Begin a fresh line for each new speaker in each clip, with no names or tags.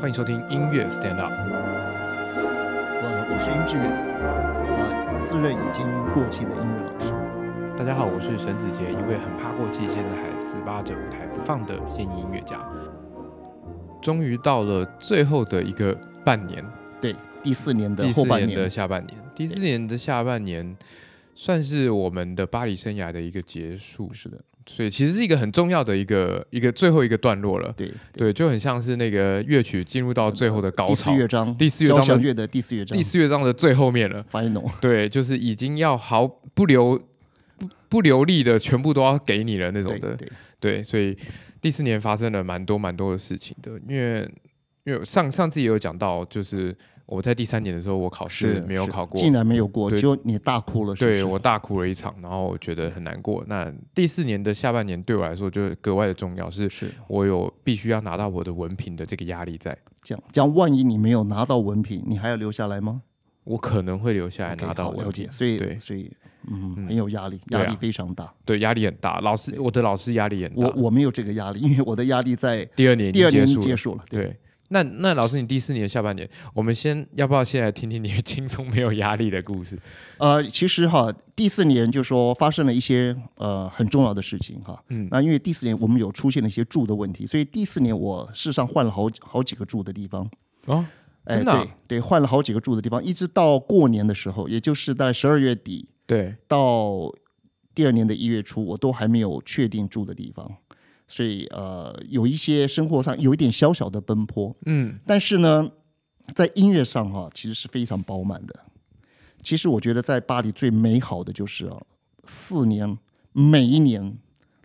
欢迎收听音乐 Stand Up。
呃我我是殷志远，啊，自认已经过气的音乐老师。
大家好，我是沈子杰，一位很怕过气，现在还死扒着舞台不放的现役音乐家。终于到了最后的一个半年，
对，第四年的
第
后
四
半
年的下半年，第四
对
年的下半年算是我们的巴黎生涯的一个结束，
是的，
所以其实是一个很重要的一个一个最后一个段落了。
对
对，就很像是那个乐曲进入到最后的高
第四
潮，
乐章，
第四乐章
交响
的
乐的第四乐章，
第四乐章的最后面了。
final，
对，就是已经要毫不留不不留力的，全部都要给你了那种
对
的。
对，
对，所以第四年发生了蛮多蛮多的事情的，因为因为上上次也有讲到，就是我在第三年的时候，我考试没有
是
考过，
竟然没有过，
对
就你大哭了，是不
对
是
我大哭了一场，然后我觉得很难过。那第四年的下半年对我来说就是格外的重要，是
是
我有必须要拿到我的文凭的这个压力在。
这样，这样万一你没有拿到文凭，你还要留下来吗？
我可能会留下来
OK，
哎拿到
好
文
了
凭
解，，所以
对
所以嗯，
嗯
很有压力，
对
压
啊
力非常大。
对，压力很大。老师，我的老师压力很
我
大。
我没有这个压力，因为我的压力在
第二年已
第
经
二年
结束了
结束了，对，
对，那那老师，你第四年下半年，我们先要不要先来听听你 轻松没有压力的故事？
呃，其实哈，第四年就说发生了一些呃很重要的事情哈。
嗯
那因为第四年我们有出现了一些住的问题，所以第四年我事实上换了好几好几个住的地方。
哦，
哎，
真的啊
对对，换了好几个住的地方，一直到过年的时候，也就是在十二月底
对，
到第二年的一月初，我都还没有确定住的地方，所以呃，有一些生活上有一点小小的奔波。
嗯，
但是呢，在音乐上哈、其实是非常饱满的。其实我觉得在巴黎最美好的就是啊，四年每一年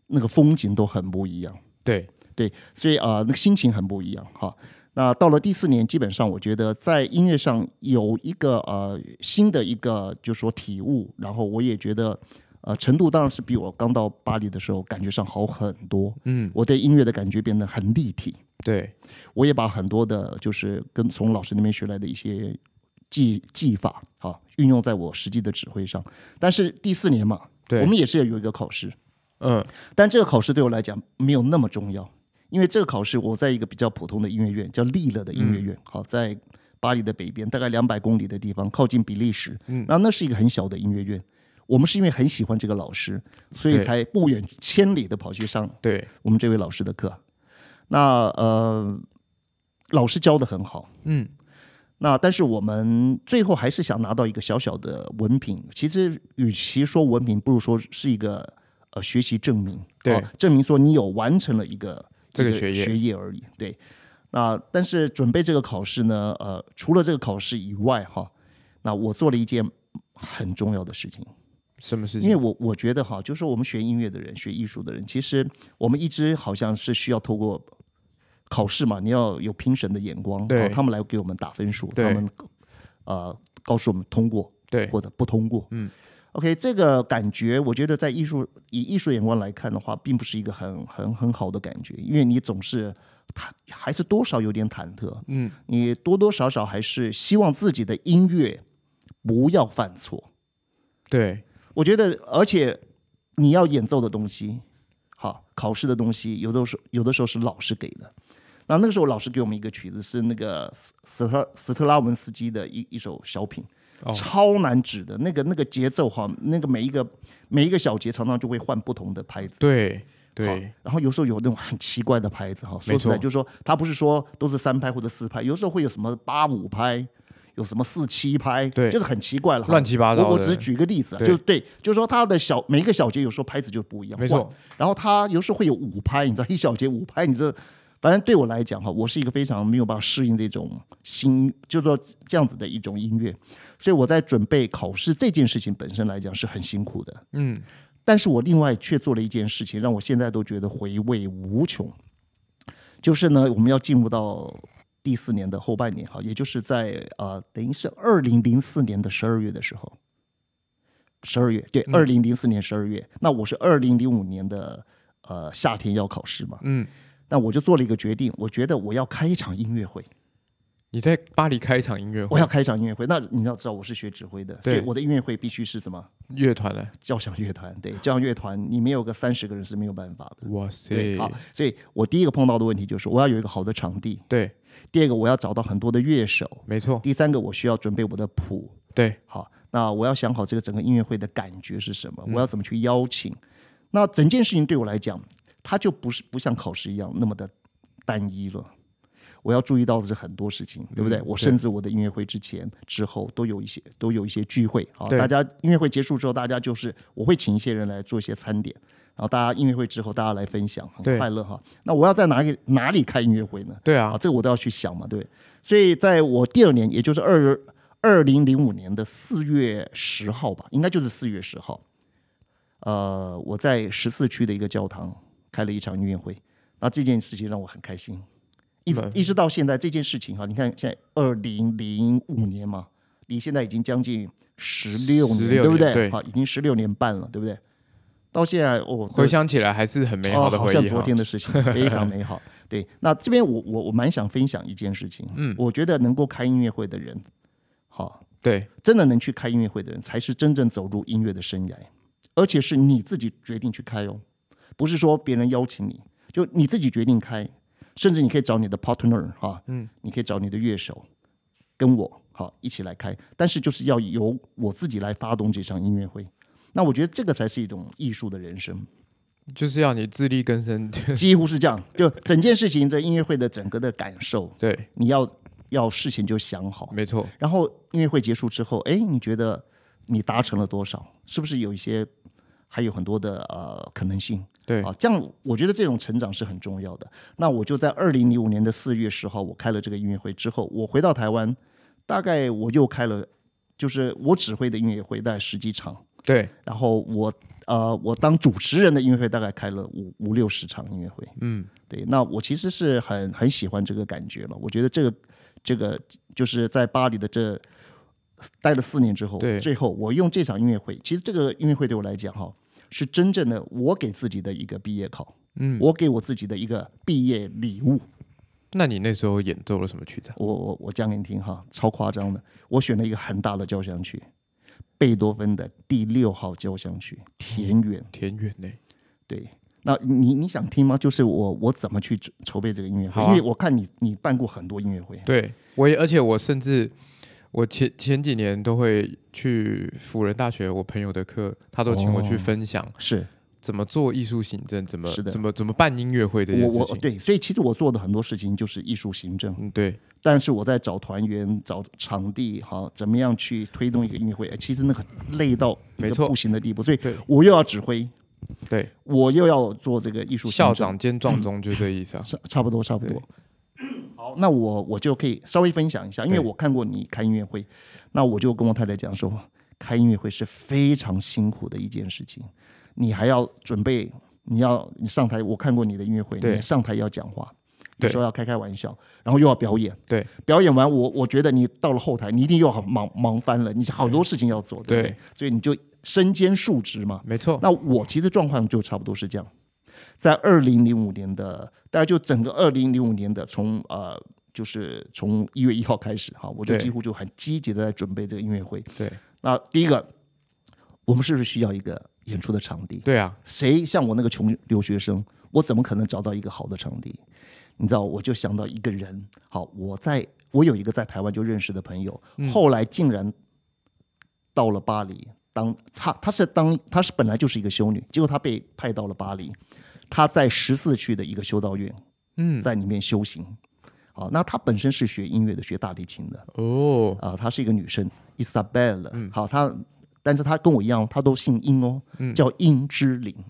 那个风景都很不一样，
对，
对，所以啊、那个心情很不一样哈。那到了第四年，基本上我觉得在音乐上有一个呃新的一个就是说体悟，然后我也觉得呃程度当然是比我刚到巴黎的时候感觉上好很多，
嗯，
我对音乐的感觉变得很立体。
对，
我也把很多的，就是跟从老师那边学来的一些技技法啊，运用在我实际的指挥上。但是第四年嘛，
对
我们也是有一个考试，
嗯，
但这个考试对我来讲没有那么重要，因为这个考试我在一个比较普通的音乐院，叫利勒的音乐院，
嗯
好在。巴黎的北边，大概两百公里的地方，靠近比利时。
嗯
那那是一个很小的音乐院。我们是因为很喜欢这个老师，所以
对
才不远千里的跑去上
对，
我们这位老师的课。那呃，老师教的很好。
嗯，
那但是我们最后还是想拿到一个小小的文凭。其实与其说文凭，不如说是一个呃学习证明，
对
哦证明说你有完成了一个
这个
一
学业
学业而已。对。那但是准备这个考试呢，呃，除了这个考试以外，哈，那我做了一件很重要的事情。
什么事
因为
情？
我我觉得哈，就是我们学音乐的人、学艺术的人，其实我们一直好像是需要透过考试嘛，你要有评审的眼光，
对
好他们来给我们打分数，他
对
们呃告诉我们通过
对，
或者不通过。
嗯
，OK，这个感觉我觉得在艺术以艺术眼光来看的话，并不是一个很很很好的感觉，因为你总是忐还是多少有点忐忑，
嗯，
你多多少少还是希望自己的音乐不要犯错。
对，
我觉得，而且你要演奏的东西，好考试的东西，有的时候有的时候是老师给的。那那个时候，老师给我们一个曲子，是那个斯斯特斯特拉文斯基的一一首小品，
哦
超难指的。那个那个节奏哈，那个每一个每一个小节常常就会换不同的拍子。
对，
好
对，，
然后有时候有那种很奇怪的拍子哈，
没
说实在
错
就是说，它不是说都是三拍或者四拍，有时候会有什么八五拍，有什么四七拍，
对
就是很奇怪了哈，
乱七八糟的
我我只是举个例子啊，
对
就对，就是说它的小每一个小节有时候拍子就不一样，
没
换。
错，
然后它有时候会有五拍，你知道一小节五拍，你这反正对我来讲哈，我是一个非常没有办法适应这种新，就是说这样子的一种音乐，所以我在准备考试这件事情本身来讲是很辛苦的。
嗯，
但是我另外却做了一件事情，让我现在都觉得回味无穷，就是呢，我们要进入到第四年的后半年哈，也就是在呃，等于是二零零四年的十二月的时候，十二月对，
嗯
二零零四年十二月，那我是二零零五年的呃夏天要考试嘛，
嗯，
那我就做了一个决定，我觉得我要开一场音乐会，
你在巴黎开一场音乐
我
会
要，开一场音乐会。那你要知道我是学指挥的，所
嗯对
以我的音乐会必须是什么
乐团啊呢？
交响乐团，对，交响乐团你没有个三十个人是没有办法的。
哇塞
对，，好，所以我第一个碰到的问题就是我要有一个好的场地，
对，
第二个我要找到很多的乐手，
没错，
第三个我需要准备我的谱，
对，
好，那我要想好这个整个音乐会的感觉是什
嗯
么，我要怎么去邀请。那整件事情对我来讲，它就不是不像考试一样那么的单一了。我要注意到的是很多事情，对不对？
嗯
我
对
甚至我的音乐会之前、之后都有一些都有一些聚会啊，
对
大家音乐会结束之后，大家就是我会请一些人来做一些餐点，然后大家音乐会之后大家来分享，
对
很快乐哈。那我要在哪里哪里开音乐会呢？
对
啊，
啊，
这个我都要去想嘛，对不对？所以在我第二年，也就是二二零零五年的四月十号吧，应该就是四月十号，呃，我在十四区的一个教堂开了一场音乐会，那这件事情让我很开心，一直
嗯
一直到现在这件事情哈，你看现在二零零五年嘛，离现在已经将近十六
16
年，对不
年对
好，已经十六年半了，对不对？到现在哦我
回想起来还是很美好的
哦、好
回
像
忆
昨
哈。
天的事情非常美好。对，那这边我我我蛮想分享一件事情，嗯，我觉得能够开音乐会的人，好，
对，
真的能去开音乐会的人，才是真正走入音乐的生涯，而且是你自己决定去开哦，不是说别人邀请你，就你自己决定开，甚至你可以找你的 partner 哈，嗯，你可以找你的乐手，跟我好一起来开，但是就是要由我自己来发动这场音乐会。那我觉得这个才是一种艺术的人生。
就是要你自力更生。
几乎是这样，就整件事情，这音乐会的整个的感受，
对，
你要要事情就想好，
没错，
然后音乐会结束之后，哎，你觉得你达成了多少？是不是有一些还有很多的呃可能性？
对，
啊，这样我觉得这种成长是很重要的。那我就在二零零五年的四月十号，我开了这个音乐会之后，我回到台湾，大概我又开了，就是我指挥的音乐会大概十几场。
对，
然后我呃，我当主持人的音乐会大概开了五五六十场音乐会，
嗯，
对，那我其实是很很喜欢这个感觉了。我觉得这个这个就是在巴黎的这待了四年之后，
对
最后我用这场音乐会，其实这个音乐会对我来讲哈，是真正的我给自己的一个毕业考，
嗯，
我给我自己的一个毕业礼物。
那你那时候演奏了什么曲子啊？
我我我讲给你听哈，超夸张的，我选了一个很大的交响曲，贝多芬的第六号交响曲《田园》。
田园呢？
对，那你你想听吗？就是我我怎么去筹筹备这个音乐会？
好啊
因为我看你你办过很多音乐会，
对，我也，而且我甚至我前前几年都会去辅仁大学我朋友的课，他都请我去
哦
分享
是
怎么做艺术行政，怎么
是的
怎么怎么办音乐会这件
我
事
我
情。
对，所以其实我做的很多事情就是艺术行政，
嗯，对，
但是我在找团员、找场地，好怎么样去推动一个音乐会？哎其实那个累到一
没
个
错
不行的地步，所以
对
我又要指挥，
对，
我又要做这个艺术行
校
政
长兼 壮中就这意思啊。
差差不多，差不
对
多。好，那我我就可以稍微分享一下，因为
对
我看过你开音乐会，那我就跟我太太讲说，开音乐会是非常辛苦的一件事情，你还要准备，你要你上台，我看过你的音乐会，
对
你上台要讲话，
对
有时候要开开玩笑，然后又要表演，
对，
表演完我我觉得你到了后台，你一定又好忙忙翻了，你好多事情要做，对
对
不对？所以你就身兼数职嘛，
没错，
那我其实状况就差不多是这样，在二零零五年的，大概就整个二零零五年的从呃。就是从一月一号开始哈，我就
对
几乎就很积极的在准备这个音乐会。
对
那第一个，我们是不是需要一个演出的场地？
对啊，
谁像我那个穷留学生，我怎么可能找到一个好的场地？你知道，我就想到一个人，好，我在我有一个在台湾就认识的朋友，后来竟然到了巴黎，当他他是当他是本来就是一个修女，结果他被派到了巴黎，他在十四区的一个修道院，
嗯，
在里面修行。好，那她本身是学音乐的，学大提琴的，
哦，
啊、她是一个女生，Isabella，、好，
嗯
她，但是她跟我一样，她都姓殷哦，叫殷之灵。
嗯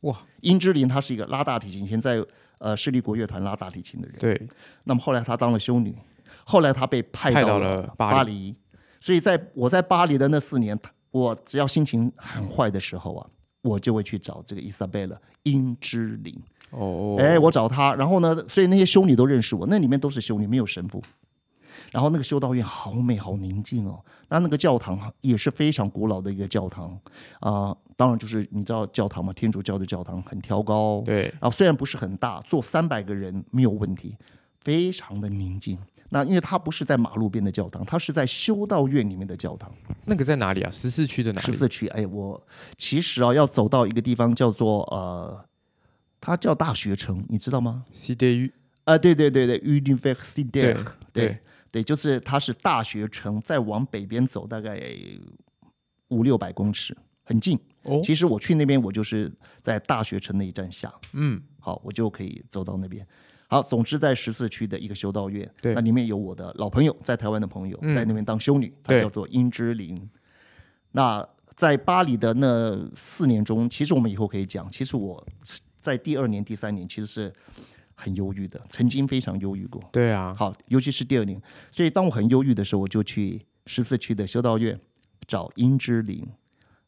哇，
殷之琳她是一个拉大提琴，以前在呃市立国乐团拉大提琴的人。
对，
那么后来她当了修女，后来她被派
派到
了
了巴
巴黎，所以在我在巴黎的那四年，我只要心情很坏的时候啊，我就会去找这个伊莎贝勒殷之琳。
哦，
哎，我找他，然后呢，所以那些修女都认识我，那里面都是修女，没有神父。然后那个修道院好美，好宁静哦。那那个教堂也是非常古老的一个教堂啊、当然就是你知道教堂嘛，天主教的教堂很挑高，
对，
然后虽然不是很大，坐三百个人没有问题，非常的宁静。那因为它不是在马路边的教堂，它是在修道院里面的教堂。
那个在哪里啊？十四区的哪
十
里？
四区，哎，我其实啊要走到一个地方叫做呃，它叫大学城，你知道吗？
西德语，
啊，对对对对，University
对
Derg，对对，就是它是大学城，再往北边走大概五六百公尺，很近。
哦，
其实我去那边，我就是在大学城那一站下，
嗯，
好，我就可以走到那边。好，总之在十四区的一个修道院，
对
那里面有我的老朋友，在台湾的朋友，
嗯
在那边当修女，她
对
叫做殷之琳。那在巴黎的那四年中，其实我们以后可以讲，其实我在第二年、第三年其实是很忧郁的，曾经非常忧郁过。
对啊，
好，尤其是第二年，所以当我很忧郁的时候，我就去十四区的修道院找殷之琳，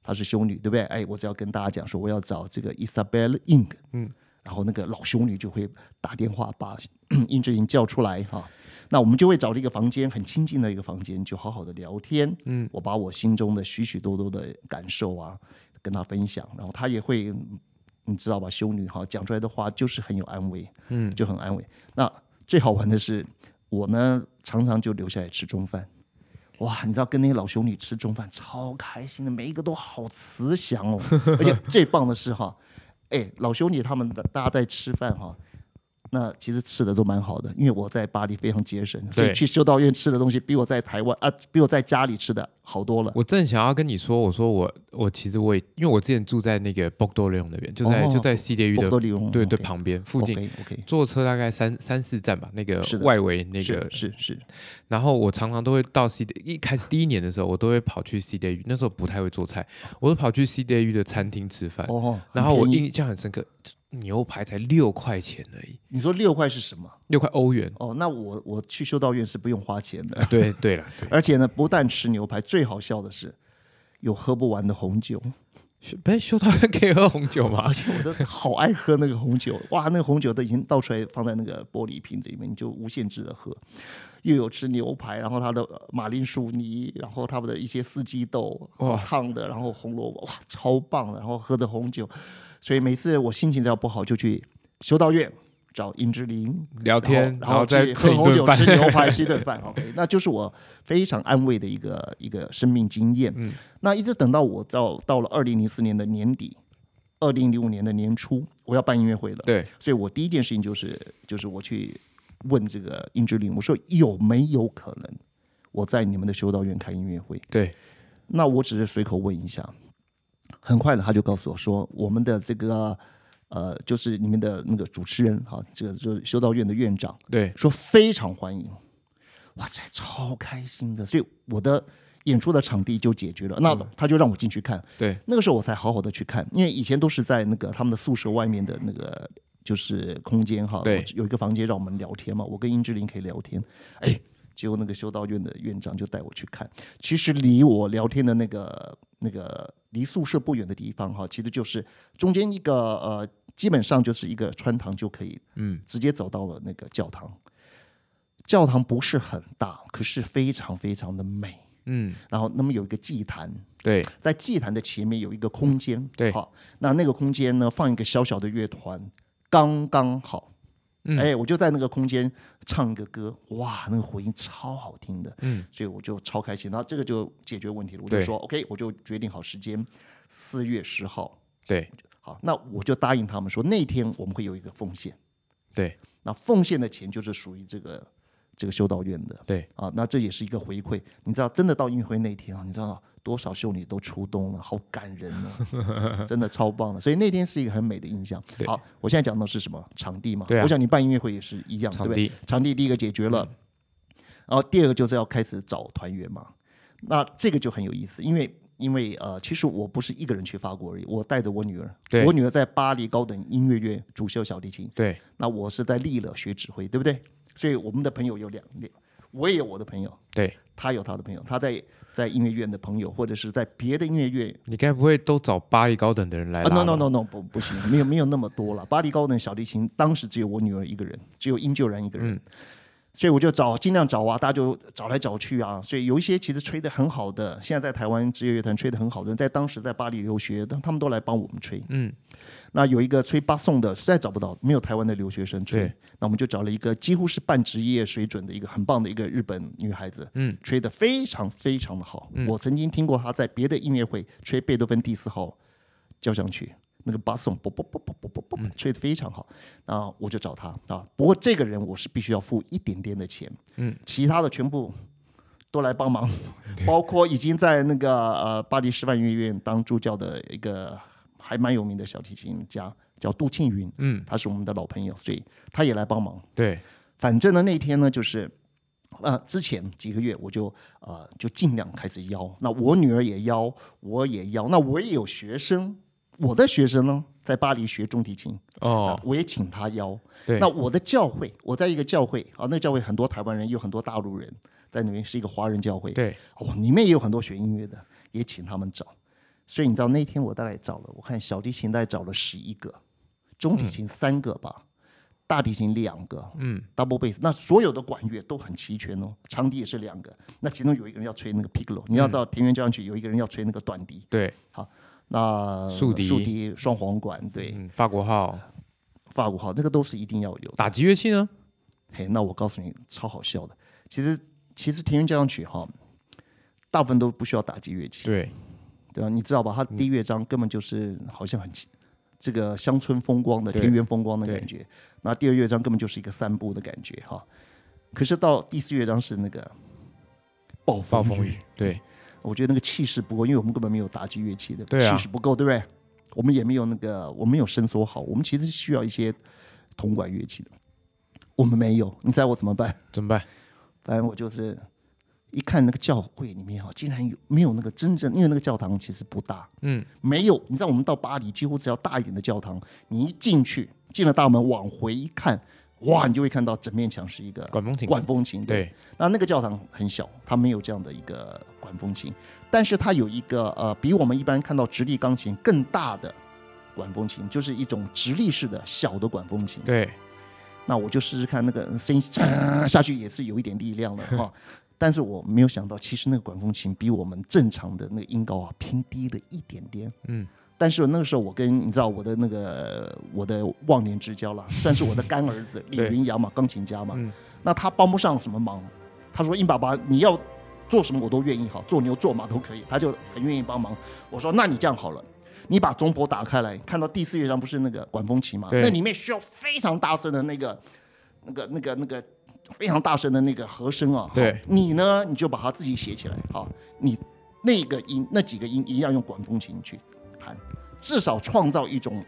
她是修女，对不对？哎，我只要跟大家讲说我要找这个 Isabel Ing，
嗯，
然后那个老修女就会打电话把 殷之琳叫出来哈、那我们就会找了一个房间，很清静的一个房间，就好好的聊天。
嗯，
我把我心中的许许多多的感受啊，跟她分享，然后她也会，嗯你知道吧，修女哈讲出来的话就是很有安慰，
嗯，
就很安慰。那最好玩的是，我呢常常就留下来吃中饭。哇，你知道跟那些老修女吃中饭超开心的，每一个都好慈祥 哦。而且最棒的是哈，哎，老修女他们的大家在吃饭哈，那其实吃的都蛮好的，因为我在巴黎非常节省，所以
对
去修道院吃的东西比我在台湾啊，比我在家里吃的好多了。
我正想要跟你说，我说我我其实我也因为我之前住在那个 b o g d o l e o n 那边，就在、
哦
就在西蝶域的
多利翁
对对旁边附近。
OK
坐车大概三三四站吧，那个
是的
外围那
OK
个
是是是
然后我常常都会到 C 一开始第一年的时候，我都会跑去 C Day 那时候不太会做菜，我都跑去 C Day 的餐厅吃饭。
哦。
哎然后我
很便宜
印象很深刻，牛排才六块钱而已，
你说六块是什么？
六块欧元。
哦，那我我去修道院是不用花钱的，
对对了，对，
而且呢，不但吃牛排，最好笑的是有喝不完的红酒，
修不是修道院可以喝红酒吗
而？且我都好爱喝那个红酒，哇，那个红酒都已经倒出来放在那个玻璃瓶子里面，你就无限制的喝，又有吃牛排，然后它的呃马铃薯泥，然后他们的一些四季豆，然后
哇
烫的，然后红萝卜，哇，超棒的，然后喝着红酒，所以每次我心情只要不好就去修道院找殷之琳，
聊天，
然后
后再
去
吃
喝
一
红
顿
酒、
饭
吃。牛排、吃一顿饭。OK，那就是我非常安慰的一个一个生命经验。
嗯
那一直等到我到到了二零零四年的年底，二零零五年的年初，我要办音乐会了，
对，
所以我第一件事情就是就是我去问这个殷志玲，我说有没有可能我在你们的修道院开音乐会？
对，
那我只是随口问一下，很快的他就告诉我说，我们的这个呃，就是你们的那个主持人哈，这个就是修道院的院长。
对，
说非常欢迎，哇塞，超开心的，所以我的演出的场地就解决了，那他就让我进去看，
对，
那个时候我才好好的去看，因为以前都是在那个他们的宿舍外面的那个就是空间哈，
对
我有一个房间让我们聊天嘛，我跟殷志玲可以聊天，哎，结果那个修道院的院长就带我去看，其实离我聊天的那个那个离宿舍不远的地方哈，其实就是中间一个呃，基本上就是一个穿堂就可以
嗯，
直接走到了那个教堂。教堂不是很大，可是非常非常的美。
嗯，
然后，那么有一个祭坛，
对，
在祭坛的前面有一个空间，
对
好，那那个空间呢，放一个小小的乐团，刚刚好。
嗯
哎，我就在那个空间唱一个歌，哇，那个回音超好听的，
嗯，
所以我就超开心。然后这个就解决问题了，我就
对
说 OK，我就决定好时间，四月十号，
对，
好，那我就答应他们说那天我们会有一个奉献。
对，
那奉献的钱就是属于这个这个修道院的。
对
啊，那这也是一个回馈。你知道，真的到音乐会那一天啊，你知道多少修女都出动了，好感人 哦，真的超棒的。所以那天是一个很美的印象。
对
好，我现在讲的是什么场地嘛？
对啊
我想你办音乐会也是一样，对
场
不对？
地，嗯
场地第一个解决了，然后第二个就是要开始找团员嘛。那这个就很有意思，因为因为呃，其实我不是一个人去法国而已，我带着我女儿，
对
我女儿在巴黎高等音乐院主修小提琴，
对，
那我是在利勒学指挥，对不对？所以我们的朋友有两两，我也有我的朋友，
对，
他有他的朋友，他在在音乐院的朋友，或者是在别的音乐院。
你该不会都找巴黎高等的人来
啊
拉吧、
，no no no no，不不行，没有没有那么多了。巴黎高等小提琴当时只有我女儿一个人，只有殷秀然一个人，
嗯
所以我就找尽量找啊，大家就找来找去啊。所以有一些其实吹得很好的，现在在台湾职业乐团吹得很好的人，在当时在巴黎留学，他们都来帮我们吹。
嗯，
那有一个吹巴颂的，实在找不到，没有台湾的留学生吹
对，
那我们就找了一个几乎是半职业水准的一个很棒的一个日本女孩子，
嗯，
吹得非常非常的好。我曾经听过她在别的音乐会吹贝多芬第四号交响曲，那个 bass song，啵啵啵啵啵啵啵啵，
嗯
吹得非常好。那我就找他啊。不过这个人我是必须要付一点点的钱，
嗯，
其他的全部都来帮忙，包括已经在那个呃巴黎师范音乐院当助教的一个还蛮有名的小提琴家，叫杜庆云，
嗯，
他是我们的老朋友，所以他也来帮忙。
对，
反正呢，那天呢，就是呃，之前几个月我就呃就尽量开始邀，那我女儿也邀，我也邀，那我也有学生，我的学生呢在巴黎学中提琴，啊
哦，
我也请他邀。
对
那我的教会，我在一个教会啊，那个教会很多台湾人，也有很多大陆人在那边，是一个华人教会，
对，
哦，里面也有很多学音乐的，也请他们找。所以你知道那天我大概找了，我看小提琴大概找了十一个，中提琴三个吧，大提琴两个，
嗯
，double bass，那所有的管乐都很齐全哦，长笛也是两个，那其中有一个人要吹那个
嗯
piccolo，你要知道田园交响曲有一个人要吹那个短笛，
对，
那
竖笛
竖笛、双簧管，对，
嗯，法国号
法国号那个都是一定要有的。
打击乐器呢？
嘿，那我告诉你，超好笑的。其实其实田园交响曲哈，大部分都不需要打击乐器，
对，
对吧？啊你知道吧？它
嗯
第一乐章根本就是好像很奇这个乡村风光的
对
田园风光的
对
感觉，那第二乐章根本就是一个散步的感觉哈。可是到第四乐章是那个暴
暴
风
风雨，对，
我觉得那个气势不够，因为我们根本没有打击乐器的，
对啊
气势不够，对不对？我们也没有那个，我们有伸缩好，我们其实需要一些铜管乐器的，我们没有，你猜我怎么办？
怎么办？
反正我就是一看那个教会里面哈，竟然有没有那个真正，因为那个教堂其实不大，
嗯，
没有。你知道我们到巴黎，几乎只要大一点的教堂，你一进去，进了大门往回一看，哇，你就会看到整面墙是一个
管风琴，
管风琴。对，
对，
那那个教堂很小，它没有这样的一个管风琴，但是它有一个呃，比我们一般看到直立钢琴更大的管风琴，就是一种直立式的小的管风琴。
对，
那我就试试看那个声音嚓下去也是有一点力量的哈。 但是我没有想到，其实那个管风琴比我们正常的那个音高啊偏低了一点点。
嗯，
但是那个时候我跟你知道我的那个我的忘年之交了，算是我的干儿子李
对
云阳嘛，钢琴家嘛。
嗯
那他帮不上什么忙，他说：“殷爸爸，你要做什么我都愿意，好做牛做马都可以。”他就很愿意帮忙。我说：“那你这样好了。”你把总谱打开来，看到第四乐章不是那个管风琴嘛？
对
那里面需要非常大声的那个、那个、那个、那个非常大声的那个和声啊。
对
好，你呢，你就把它自己写起来。好，你那个音那几个音一样用管风琴去弹，至少创造一种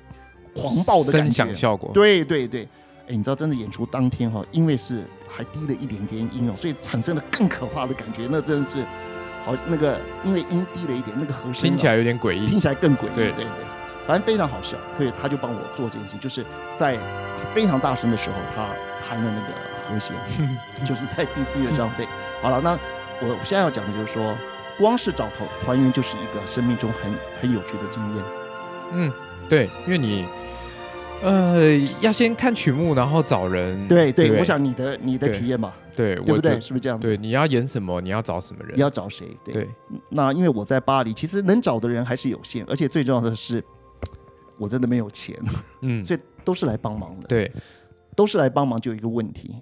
狂暴的感
声
觉
响。效果，
对对对，哎，你知道，真的演出当天哈、因为是还低了一点点音哦，所以产生了更可怕的感觉。那真的是，好那个，因为音低了一点，那个和声、啊、
听起来有点诡异
听，起来更诡异。
对
对对，反正非常好笑。所以他就帮我做这件事情，就是在非常大声的时候，他弹了那个 和弦，就是在第四乐章。对，好了，那我现在要讲的就是说，光是找团团员就是一个生命中很很有趣的经验。
嗯，对，因为你，呃，要先看曲目，然后找人，
对对，
对
我想你的你的
对
体验嘛，
对，
对
我
不对？
觉
是不是这样子？
对，你要演什么，你要找什么人
你，要找谁？对，
对，
那因为我在巴黎，其实能找的人还是有限，而且最重要的是，我真的没有钱，
嗯，
所以都是来帮忙的。
对，
都是来帮忙，就有一个问题。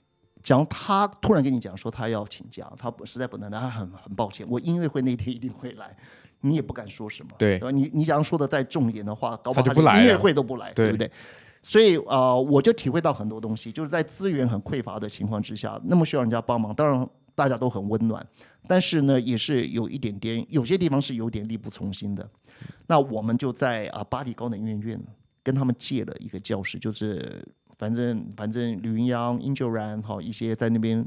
讲他突然跟你讲说他要请假，他不实在不能来，他很很抱歉，我音乐会那天一定会来，你也不敢说什么，
对
吧？你你想说的再重一点的话，搞不
他
好
就
他
不来
连音乐
了
会都不来，
对
不对？所以呃，我就体会到很多东西，就是在资源很匮乏的情况之下，那么需要人家帮忙，当然大家都很温暖，但是呢，也是有一点点，有些地方是有点力不从心的。那我们就在啊、巴黎高等音乐院跟他们借了一个教室，就是反正反正吕云阳、殷九然哈一些在那边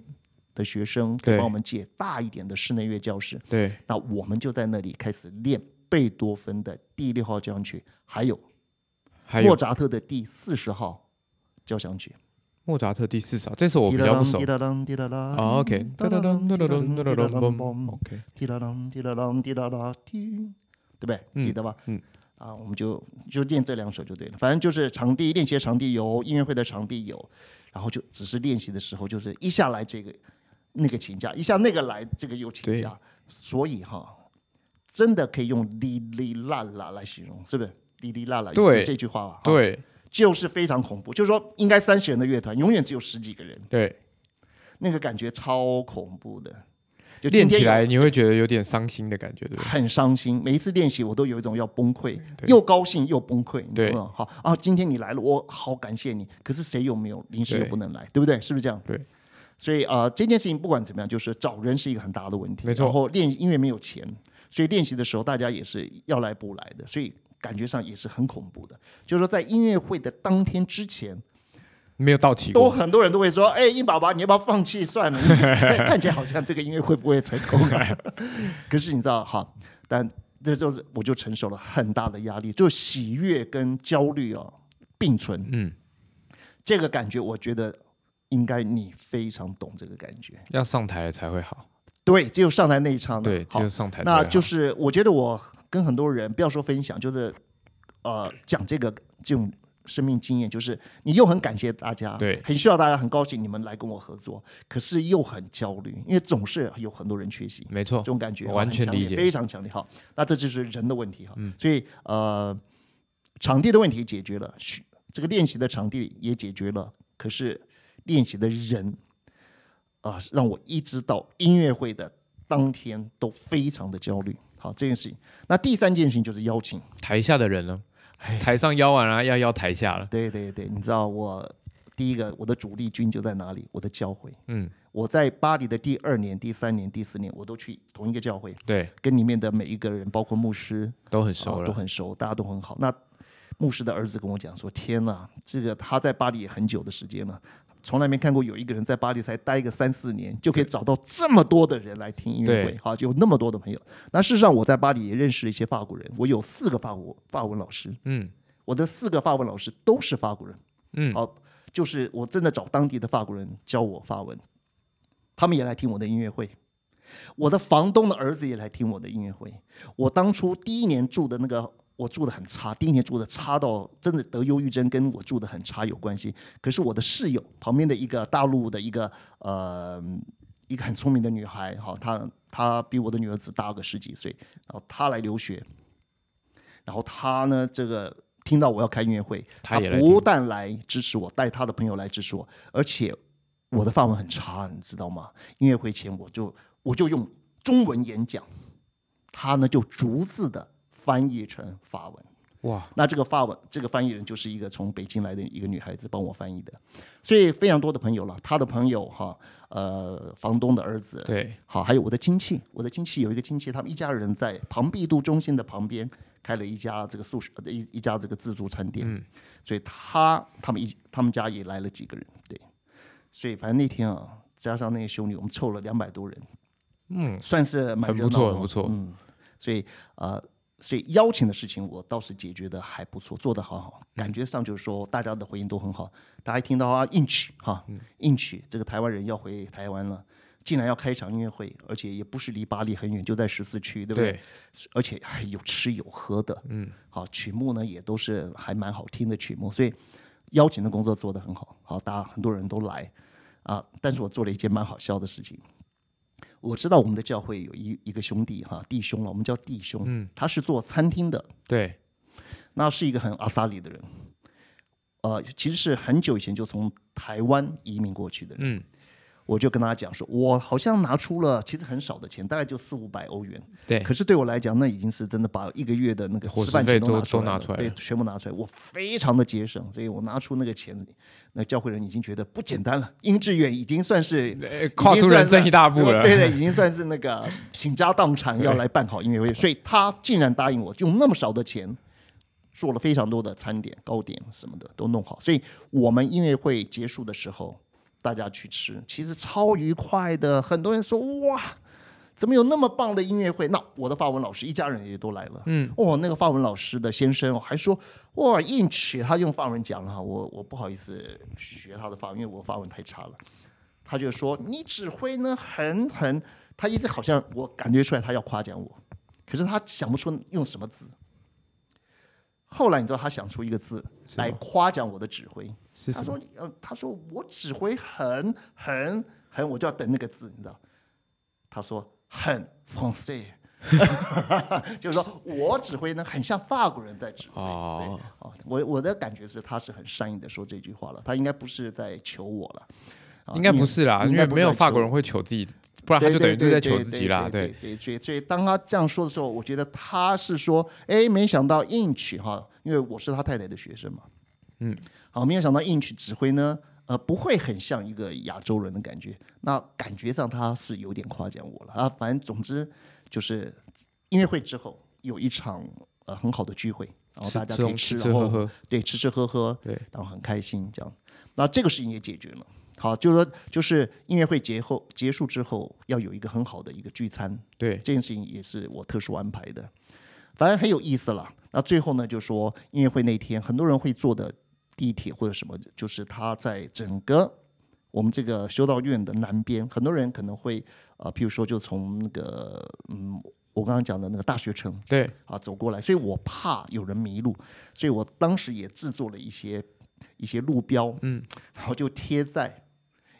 的学生可以
对
帮我们借大一点的室内乐教室，
对，
那我们就在那里开始练贝多芬的第六号交响曲，还有
还
莫
有
扎特的第四十号交响曲。
莫扎特第四首，这首我比较不熟
滴。答啷滴答啷
哦，OK，
滴答啷滴答啷滴答啷嘣
OK，
滴答啷滴答啷滴答答滴，对不对？记得吧？
嗯
啊，我们就就练这两首就对了。反正就是场地练习的场地有，音乐会的场地有，然后就只是练习的时候，就是一下来这个那个请假，一下那个来这个又请假，所以哈，真的可以用哩哩啦啦来形容，是不是？哩哩啦啦，有
对
这句话吧？，
对
就是非常恐怖，就是说应该三十人的乐团，永远只有十几个人。
对，
那个感觉超恐怖的。就今
练
天
起
有
来你会觉得有点伤心的感觉，对不对？
很伤心，每一次练习我都有一种要崩溃，
对
又高兴又崩溃，你
对
懂吗？好啊，今天你来了，我好感谢你。可是谁有没有临时又
对
不能来，对不对？是不是这样？
对。
所以啊、呃这件事情不管怎么样，就是找人是一个很大的问题。
没错
然后练，因为没有钱，所以练习的时候大家也是要来不来的，所以感觉上也是很恐怖的。就是说，在音乐会的当天之前，
没有到齐
都
过，
很多人都会说：“哎，硬爸爸，你要不要放弃算了？你看起来好像这个音乐会不会成功啊？” 可是你知道，哈，但这就是我就承受了很大的压力，就喜悦跟焦虑啊、并存，
嗯，
这个感觉，我觉得应该你非常懂这个感觉。
要上台了才会好。
对，只有上台那一刹那，
对，啊
好
就是上台才会好，
那就是我觉得我跟很多人，不要说分享，就是呃讲这个这种生命经验，就是你又很感谢大家，
对
很需要大家，很高兴你们来跟我合作，可是又很焦虑，因为总是有很多人缺席，
没错
这，种感觉
哦我完全
很强烈
理解嗯
非常强烈。好，那这就是人的问题哈，所以呃，场地的问题解决了，需这个练习的场地也解决了，可是练习的人啊、让我一直到音乐会的当天都非常的焦虑。好，这件事情。那第三件事情就是邀请，
台下的人呢
哎？
台上邀完了、要邀台下了，
对对对，你知道我第一个我的主力军就在哪里？我的教会。
嗯，
我在巴黎的第二年、第三年、第四年，我都去同一个教会，
对，
跟里面的每一个人，包括牧师，
哦都很
啊
熟
都
了，
很熟，大家都很好。那牧师的儿子跟我讲说：“天哪，这个他在巴黎也很久的时间了，从来没看过有一个人在巴黎才待个三四年，就可以找到这么多的人来听音乐会
对，
好，就有那么多的朋友。那事实上，我在巴黎也认识了一些法国人，我有四个法国法文老师，
嗯，
我的四个法文老师都是法国人，
嗯
好，就是我真的找当地的法国人教我法文，他们也来听我的音乐会。我的房东的儿子也来听我的音乐会。我当初第一年住的那个，我住的很差，第一年住的差到真的得忧郁症，跟我住的很差有关系。可是我的室友旁边的一个大陆的一个呃一个很聪明的女孩，哈，她她比我的女儿只大个十几岁，然后她来留学，然后她呢这个。听到我要开音乐会，
她
她
也来
不但来支持我，带她的朋友来支持我，而且我的法文很差，你知道吗？音乐会前我就我就用中文演讲，他呢就逐字的翻译成法文。
哇，
那这个法文，这个翻译人就是一个从北京来的一个女孩子帮我翻译的，所以非常多的朋友了，她的朋友哈，呃，房东的儿子，
对，
好，还有我的亲戚，我的亲戚有一个亲戚，他们一家人在庞毕度中心的旁边开了一家这个素食呃一一家这个自助餐店，
嗯
所以他他们一他们家也来了几个人，对，所以反正那天啊，加上那个修女，我们凑了两百多人，
嗯，
算是蛮
很
热
不
闹
错，
的
很不
哦
错，
嗯，所以呃，所以邀请的事情我倒是解决的还不错，做的好
嗯
好，感觉上就是说大家的回应都很好。大家一听到啊，inch 哈、i n c h 这个台湾人要回台湾了，竟然要开一场音乐会，而且也不是离巴黎很远，就在十四区，对不对？
对
而且还有吃有喝的，嗯，好，曲目呢也都是还蛮好听的曲目，所以邀请的工作做得很好，好，大家很多人都来啊，但是我做了一件蛮好笑的事情。我知道我们的教会有一一个兄弟哈弟兄了，我们叫弟兄，他是做餐厅的，
对，
那是一个很阿萨里的人，呃，其实是很久以前就从台湾移民过去的人。
嗯，
我就跟他讲说，我好像拿出了其实很少的钱，大概就四五百欧元，
对，
可是对我来讲，那已经是真的把一个月的那个
哎伙食
吃饭钱
费
都
都
拿出
都
来
拿
了，
出来
对，
了
全部拿出来，我非常的节省，所以我拿出那个钱，那教会人已经觉得不简单了，殷志远已经算是
呃跨出人生一大步了，
对对，已经算是那个倾家荡产要来办好音乐会，所以他竟然答应我，用那么少的钱做了非常多的餐点、糕点什么的都弄好，所以我们音乐会结束的时候，大家去吃，其实超愉快的。很多人说哇，怎么有那么棒的音乐会？那我的法文老师一家人也都来了。嗯，哦，那个法文老师的先生哦还说哇，硬曲他用法文讲了哈，我我不好意思学他的法文，因为我法文太差了。他就说你指挥呢很很，他一直好像我感觉出来他要夸奖我，可是他想不出用什么字。后来你知道他想出一个字
什么
来夸奖我的指挥，
是
他
什么？
说：“呃，他说我指挥很很很，我就要等那个字，你知道？”他说：“很 français，就是说我指挥呢，很像法国人在指挥。
哦，
哦，我我的感觉是他是很善意的说这句话了，他应该不是在求我了，啊
应该
因
不
为
是啦，
应
因
该
为
不
没
是
有
在
法
求
国人会求自己不然他就
对
等于
对
就在
对
求
对
自
对
己啦。
对
对，
对，所以所以当他这样说的时候，我觉得他是说，哎，没想到 Inch 哈，因为我是他太太的学生嘛，
嗯，
好，没有想到 Inch 指挥呢，呃，不会很像一个亚洲人的感觉，那感觉上他是有点夸奖我了啊。反正总之就是音乐会之后有一场呃很好的聚会，然后
吃
大家
吃
可以
东吃哦吃
然
喝
后
喝，
对，吃吃喝喝，
对，
然后很开心这样。那这个事情也解决了。好，就是说，就是音乐会结后结束之后，要有一个很好的一个聚餐，
对，
这件事情也是我特殊安排的，反正很有意思了。那最后呢，就说音乐会那天，很多人会坐的地铁或者什么，就是他在整个我们这个修道院的南边，很多人可能会呃，譬如说就从那个嗯，我刚刚讲的那个大学城，
对，
啊走过来，所以我怕有人迷路，所以我当时也制作了一些一些路标，
嗯，
然后就贴在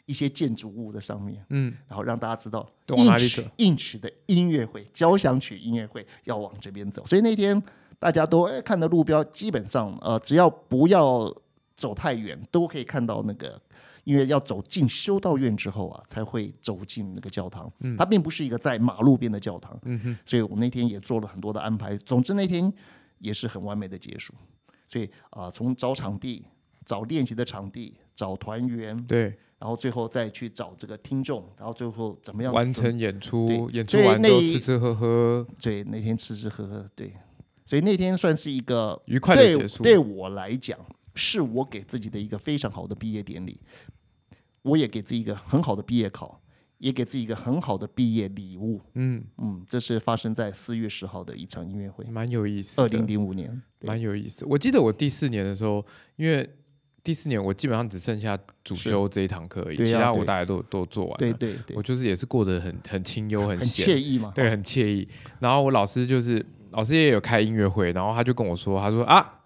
一些建筑物的上面，
嗯，
然后让大家知道
都往哪里走
Inch- Inch 的音乐会交响曲音乐会要往这边走，所以那天大家都哎看的路标，基本上呃只要不要走太远，都可以看到那个。因为要走进修道院之后啊，才会走进那个教堂。它并不是一个在马路边的教堂，
嗯哼，
所以我们那天也做了很多的安排。总之那天也是很完美的结束。所以啊、从找场地、找练习的场地、找团员，
对，
然后最后再去找这个听众，然后最后怎么样
完
准？
成演出，
对
演
所
出
以
完之后
那
吃吃喝喝，
对，那天吃吃喝喝，对，所以那天算是一个
愉快的
对
结束。
对我来讲，是我给自己的一个非常好的毕业典礼，我也给自己一个很好的毕业考，也给自己一个很好的毕业礼物。
嗯，
嗯，这是发生在四月十号的一场音乐会，
蛮有意思的。
二零零五年。对
蛮有意思。我记得我第四年的时候，因为第四年我基本上只剩下主
是
修这一堂课而已，
对
其
啊
他我
对
大概都都做完了。
对对对
我，就是也是过得很很清幽，很
很
闲，
惬意嘛。
对，很惬意。然后我老师就是老师也有开音乐会，然后他就跟我说，他说啊，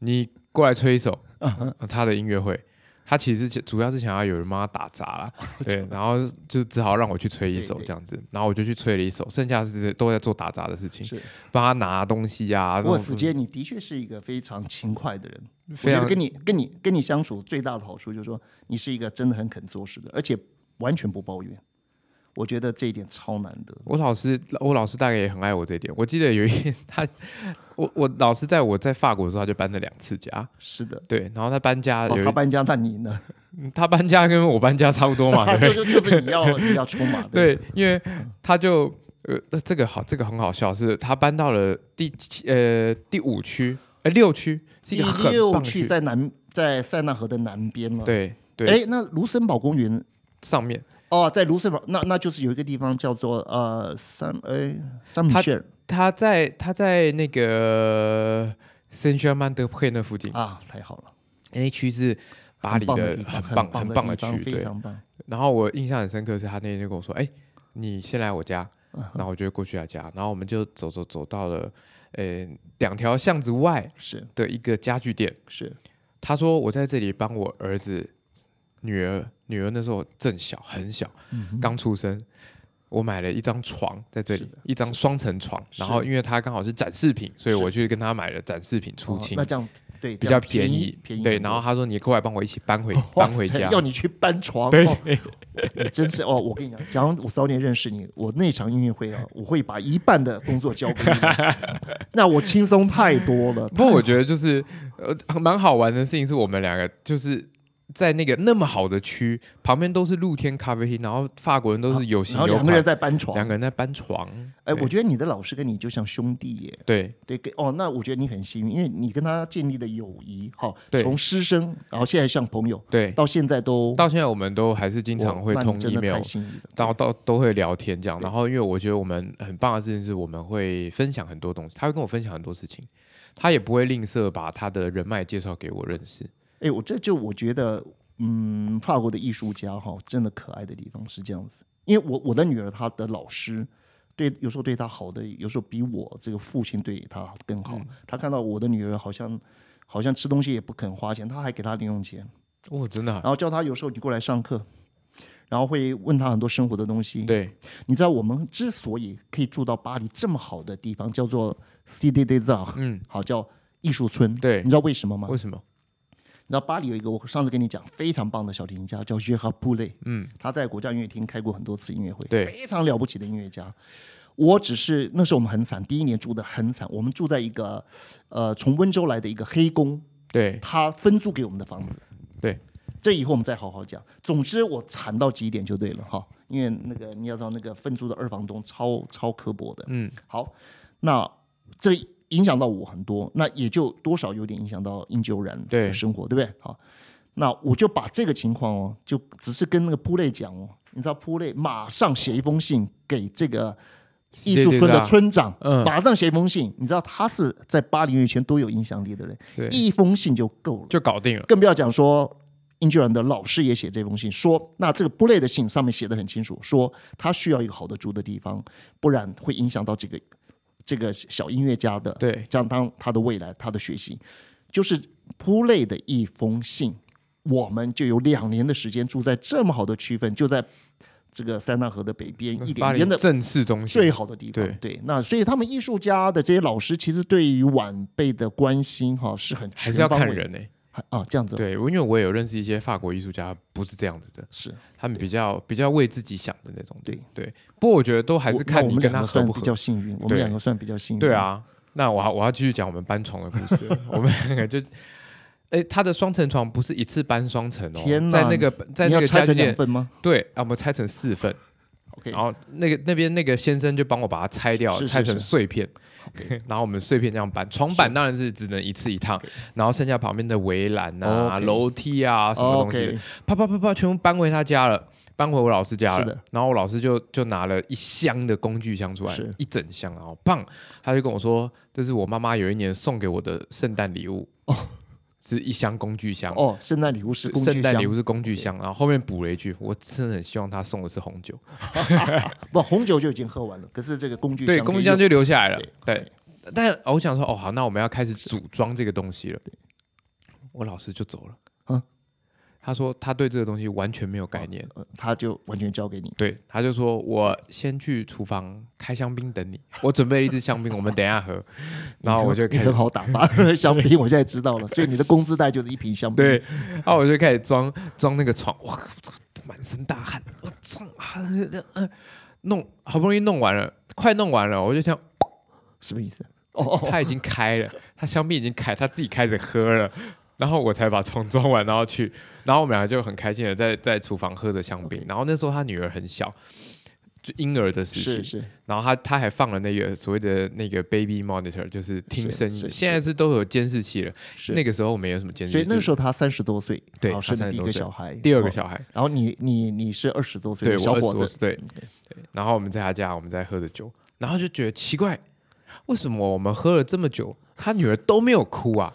你过来吹一首、
嗯
呃他的音乐会。他其实是主要是想要有人帮他打杂啦， 对，然后就只好让我去吹一首
对对
这样子，然后我就去吹了一首，剩下是都在做打杂的事情，
是，
帮他拿东西啊。
不过
弄
子杰，你的确是一个非常勤快的人。我
非
觉
常
得跟你跟你跟你相处最大的好处就是说，你是一个真的很肯做事的，而且完全不抱怨。我觉得这一点超难得。
我老师，我老师大概也很爱我这一点。我记得有一天他，我我老师在我在法国的时候，他就搬了两次家，
是的，
对，然后他搬家啊有
哦，
一、
他搬家，那你呢？
他搬家跟我搬家差不多 嘛，对不
就
对
是就是你要你要出马，对
对，因为他就呃，那这个好，这个很好笑，是他搬到了第七呃第五区，呃六区是一个
吧。
很
第六
棒的
区
区，
在南在塞纳河的南边嘛。，
对对，
哎，那卢森堡公园
上面
哦，在卢森堡，那那就是有一个地方叫做呃三哎三米
他
线
他在他在那个圣约曼德佩那附近，
啊，太好了，
那区是巴黎
很棒的地
很
方，
棒
很
棒的
地方
区，
非
对。
常棒。
然后我印象很深刻是他那天就跟我说：“哎、你先来我家。”
嗯哼
然后我就过去他家，然后我们就走走走到了，呃，两条巷子外
是
的一个家具店。
是，
他说我在这里帮我儿子、女儿，女儿那时候正小，很小，
嗯哼
刚出生。我买了一张床在这
是
里
的，
一张双层床。
是
然后因为他刚好是展示品，所以
是
我去跟他买了展示品出
哦
清，
那这样对
比
这
较
样
便
宜便宜
对，
很
然
多
后他说你过来帮我一起搬回
哇
搬回
塞
家。
要你去搬床，
对
哦，你真是哦！我跟你讲，假如我早点认识你，我那场音乐会啊，我会把一半的工作交给你， 那我轻松太多了。
不过我觉得就是呃蛮好玩的事情是我们两个就是在那个那么好的区旁边都是露天咖啡厅，然后法国人都是有型
啊然后
有
两
款，
个人在搬床，
两个人在搬床。
哎，
对
我觉得你的老师跟你就像兄弟耶，
对
对，跟哦，那我觉得你很幸运，因为你跟他建立的友谊，好，
对
从师生，然后现在像朋友，
对，
到现在都
到现在我们都还是经常会
哇那
通
你真的
email
太。幸运了，
到到都会聊天这样，
对
然后因为我觉得我们很棒的事情是，我们会分享很多东西，他会跟我分享很多事情，他也不会吝啬把他的人脉介绍给我认识。
哎，我这就我觉得，嗯，法国的艺术家哈，真的可爱的地方是这样子。因为我我的女儿她的老师对有时候对她好的，有时候比我这个父亲对她更好。
嗯
她看到我的女儿好像好像吃东西也不肯花钱，她还给她零用钱，
哦，真的啊、
然后叫她有时候你过来上课，然后会问她很多生活的东西。
对
你知道我们之所以可以住到巴黎这么好的地方，叫做 c i d d des Arts，
嗯，
好叫艺术村。
对
你知道为什么吗？
为什么？
你知道巴黎有一个我上次跟你讲非常棒的小提琴家叫约哈布雷，
嗯，
他在国家音乐厅开过很多次音乐会，
对
非常了不起的音乐家。我只是那时候我们很惨，第一年住的很惨，我们住在一个呃从温州来的一个黑工，
对
他分租给我们的房子。
对，
这以后我们再好好讲。总之我惨到极点就对了哈，因为那个你要知道那个分租的二房东超超刻薄的。
嗯，
好，那这影响到我很多，那也就多少有点影响到殷九然
对
的生活，对不对？好，那我就把这个情况哦，就只是跟那个扑类讲哦，你知道扑类马上写一封信给这个艺术村的村长，
嗯，
马上写一封信，你知道他是在巴黎音乐圈多有影响力的人，
对，
一封信就够了。
就搞定了。
更不要讲说英格兰的老师也写这封信，说那这个布雷的信上面写的很清楚，说他需要一个好的住的地方，不然会影响到这个这个小音乐家的，
对，
这样当他的未来，他的学习，就是布雷的一封信，我们就有两年的时间住在这么好的区分，就在这个塞纳河的北边一
巴
点
黎
点的
正市中
最
心，
好的地方。
对
那所以他们艺术家的这些老师，其实对于晚辈的关心哈、是很
还是要
全方
看
位
人呢、欸
啊，这样子
对，因为我也有认识一些法国艺术家，不是这样子的，
是。
他们比较比较为自己想的那种。
对
对，不过我觉得都还是
我
看
那我
你
们
跟
两
他
个
合
算
不
比
合。
较幸运，我
对
们两个算比较幸运。
对，啊，那我还我要继续讲我们搬床的故 事了。我们两个就，哎、他的双层床不是一次搬双层哦，
天
在
哪
那个在
你
那
要
个
拆
家具
成两
店，
份吗
对，啊，我们拆成四份，
？OK，
然后那个那边那个先生就帮我把它拆掉，
是是
拆成碎片。 然后我们碎片这样搬，床板当然是只能一次一趟，然后剩下旁边的围栏啊、
OK
楼梯啊什么东西的
OK，
啪啪啪啪，全部搬回他家了，搬回我老师家
是的
了。然后我老师就就拿了一箱的工具箱出来
是，
一整箱，然后棒，他就跟我说，这是我妈妈有一年送给我的圣诞礼物，是一箱工具箱。
哦，圣诞礼物是工具
圣诞
箱
礼，物是工具箱，然后后面补了一句：“我真的很希望他送的是红酒。
不，红酒就已经喝完了，可是这个工”具箱
对，工具箱
可以
就留下来了。
对
对，但哦我想说，哦，好，那我们要开始组装这个东西了。我老师就走了。
嗯
他说他对这个东西完全没有概念。
用，呃他就完全交给你。
对，他就说我先去厨房开香槟等你，我准备了一支香槟，我们等一下 喝。然后哦我就
你
开始，
很好打 发香槟，我现在知道了，所以你的工资袋就是一瓶香槟。
对，，然后我就开始装装那个床，哇，满身大汗，我装啊，呃弄好不容易弄完了，快弄完了，我就想
什么意思？哦哦，
他已经开了，他香槟已经开，他自己开始喝了。然后我才把床装完，然后去，然后我们俩就很开心的在在厨房喝着香槟。然后那时候他女儿很小，就婴儿的时期
是，是，
然后他他还放了那个所谓的那个 baby monitor，就是听声
是
音。
是
现在是都有监视器了，
是
那个时候没有什么监视器。
所以那个时
候
候他三十多岁，
对
然后生
他
了第一
32
个
岁
小孩，
第二个
哦，
小孩，
然后你你你是二十多岁
对
的
我
小
二十
伙
多
子，嗯
岁，对对。然后我们在他家，我们在喝着酒，然后就觉得奇怪，为什么我们喝了这么久，他女儿都没有哭啊？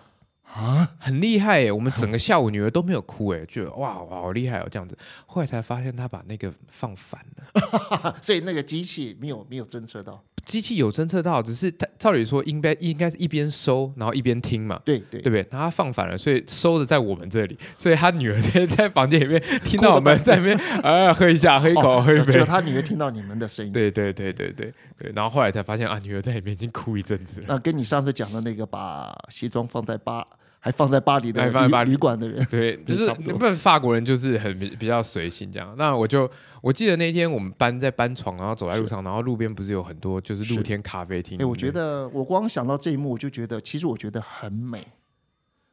啊，
很厉害耶！我们整个下午女儿都没有哭哎，觉得哇哇好厉害哦这样子。后来才发现他把那个放反了，
啊所以那个机器没有没有侦测到，
机器有侦测到，只是他照理说应该应该是一边收然后一边听嘛，
对对哦
对不对？然后他放反了，所以收的在我们这里，所以他女儿在在房间里面听到我们在那 边，呃，喝一下，喝一口，
哦
喝一
只
杯。
有他女儿听到你们的声音。
对对对对对对，然后后来才发现啊，女儿在里面已经哭一阵子 了。
那跟你上次讲的那个把西装放在巴，还放在巴黎的
还哎放在
旅
巴黎
旅馆的人，
对，就是
差不多
不是法国人就是很比比较随性这样。那我就我记得那天我们搬在搬床，然后走在路上，然后路边不是有很多就是露
是
天咖啡厅。
哎，我觉得我光想到这一幕，我就觉得其实我觉得很美。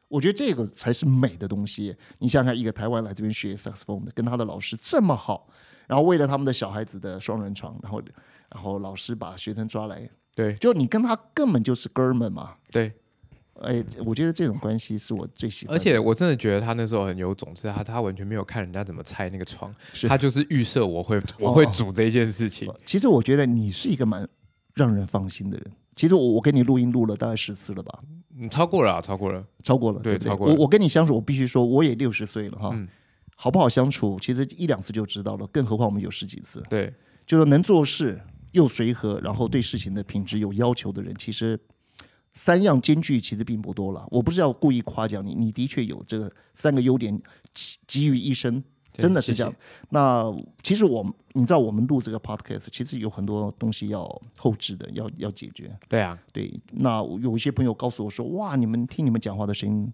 我觉得这个才是美的东西。你想想看，一个台湾来这边学萨克斯风的，跟他的老师这么好，然后为了他们的小孩子的双人床，然后然后老师把学生抓来，
对
就你跟他根本就是哥们嘛。
对，
哎，我觉得这种关系是我最喜
嗯
欢
而
的。
且我真的觉得他那时候很有种，是他他完全没有看人家怎么拆那个床，
是
他就是预设我会我会煮这件事情。
呃其实我觉得你是一个蛮让人放心的人。其实我我跟你录音录了大概十次了吧，
嗯，超过了啊，超过了。
超过了，
对
不对
超过了嗯
我我跟你相处，我必须说，我也六十岁了哈，好不好相处，其实一两次就知道了，更何况我们有十几次，
对，
就是能做事又随和，然后对事情的品质有要求的人，其实。三样兼具其实并不多了，我不是要故意夸奖你，你的确有这个三个优点集集于一身，真的是这样。那其实我们，你知道，我们录这个 podcast，其实有很多东西要后置的，要要解决。
对啊，
对，那有一些朋友告诉我说，哇，你们听你们讲话的声音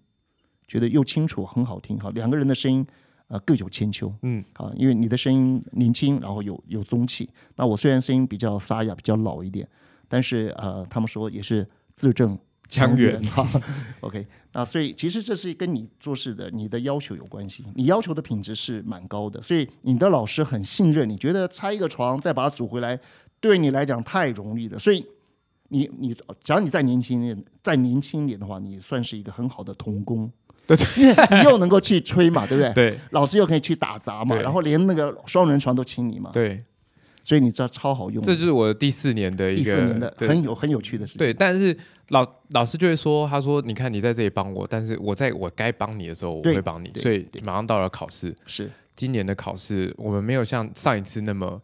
觉得又清楚，很好听哈。两个人的声音呃各有千秋，
嗯，
啊，因为你的声音年轻，然后有有中气。那我虽然声音比较沙哑，比较老一点，但是呃，他们说也是字正
腔圆
哈。OK，那所以其实这是跟你做事的你的要求有关系，你要求的品质是蛮高的，所以你的老师很信任你，觉得拆一个床再把它组回来，对你来讲太容易了，所以。你你，只要你再年轻一点，再年轻一点的话，你算是一个很好的童工，
对
对，你又能够去吹嘛，对不对？
对
老师又可以去打杂嘛，
对
然后连那个双人床都请你嘛，
对，
所以你知道超好用的。
这就是我第四年的一
第
个
四年的
对
很有很有趣的事情。
对，但是老老师就会说，他说：“你看你在这里帮我，但是我在我该帮你的时候，我
对
会帮你。”
对
所以马上到了考试，
是
今年的考试我们没有像上一次那么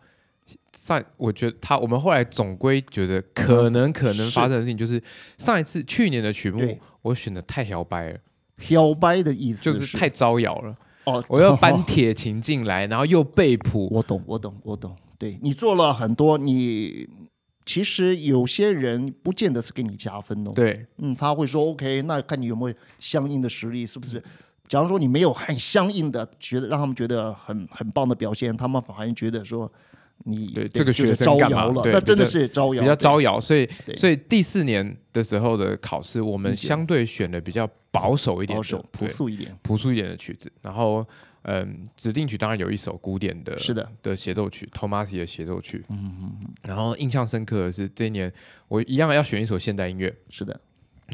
上，我觉得他我们后来总归觉得可能可能
嗯是
发生的事情就是上一次去年的曲目
对
我选的太摇摆了，
漂白的意思，
就是太招摇了，
哦，
我 要搬铁琴进来，然后又被谱，
我懂，我懂，我懂。对你做了很多，你其实有些人不见得是给你加分哦。
对
嗯，他会说 OK，那看你有没有相应的实力，是不是？假如说你没有很相应的，觉得让他们觉得很很棒的表现，他们反而觉得说你
对这个
就是
学生
招
干嘛
摇了，
对
那真的
比较
是招摇，
比较
对
招摇，所以
对
所以第四年的时候的考试，我们
理解
相对选的比较保守一点
保
的，
守朴
对
素一点。
朴素一点的曲子，然后嗯，指定曲当然有一首古典的，
是的，
的协奏曲，Tomasi 的协奏曲，嗯然后印象深刻的是这一年我一样要选一首现代音乐，
是的，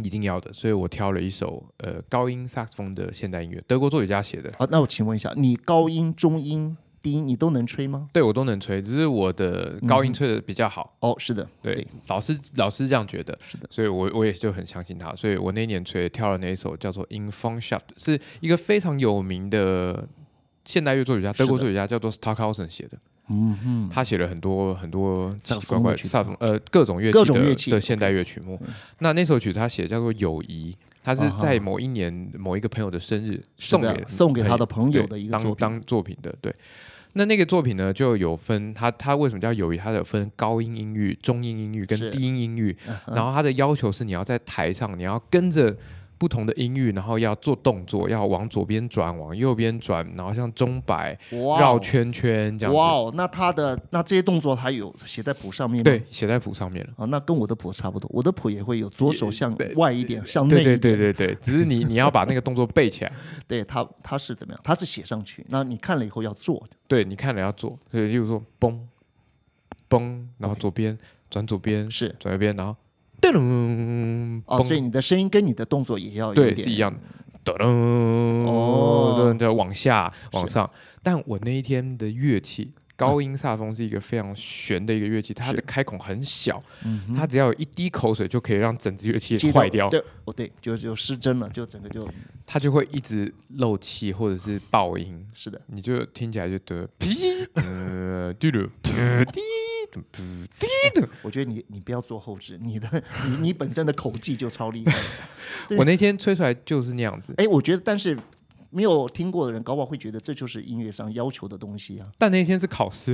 一定要的，所以我挑了一首呃高音萨克斯风的现代音乐，德国作曲家写的，
好，那我请问一下，你高音、中音、低音你都能吹吗？
对我都能吹，只是我的高
嗯
音吹的比较好，
哦，是的，
对，老师老师这样觉得，
是的，
所以我我也就很相信他，所以我那一年吹跳了那一首叫做《In Fun Shaft》，是一个非常有名的现代乐作曲家，
是的
德国作曲家叫做 Stockhausen 写的，
嗯哼，
他写了很多很多奇奇怪
萨克斯风
怪
乐曲
萨克斯呃各种乐
各
器
种
的
乐器
的现代乐曲目。那那首曲他写叫做《友谊》，他是
啊哈
在某一年某一个朋友的生日
是
送给
的，送给他的朋友
对
的一个
当
作品，
当作品的对。那那个作品呢，就有分它它为什么叫友谊？它有分高音音域、中音音域跟
是
低音音域。
嗯
然后它的要求是你要在台上，你要跟着不同的音域，然后要做动作，要往左边转，往右边转，然后像钟摆、
哇哦
绕圈圈这样子。
哇哦，那他的那这些动作还有写在谱上面吗？
对，写在谱上面了。
啊，那跟我的谱差不多，我的谱也会有左手向
对
外一点，向内
对
一点。
对对对对，只是你你要把那个动作背起来，
对他他是怎么样？他是写上去，那你看了以后要做，
对你看了要做。所以例如说嘣嘣，然后左边转左边，
是
转右边，然后噔
哦，所以你的声音跟你的动作也要有
对，
点
是一样的。噔噔
哦
噔噔，往下往上。但我那一天的乐器，高音萨风是一个非常悬的一个乐器，它
是嗯
的开孔很小，它只要有一滴口水就可以让整支乐器
接到
坏掉，
对，哦对，就就失真了，就整个就
它就会一直漏气或者是爆音，
是的，
你就听起来就得滴呃滴噜滴
我觉得你你不要做后置，你的你你本身的口技就超厉害。 对
我那天吹出来就是那样子，
哎，我觉得，但是没有听过的人，搞不好会觉得这就是音乐上要求的东西啊。
但那天是考试，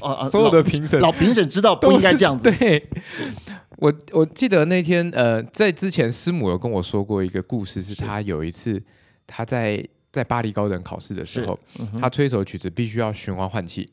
啊啊，
所有的评审
老老评审知道不应该这样子
都是对，我我记得那天呃，在之前师母有跟我说过一个故事，是
是
她有一次她在在巴黎高等考试的时候，
嗯哼
她吹一首曲子必须要循环换气，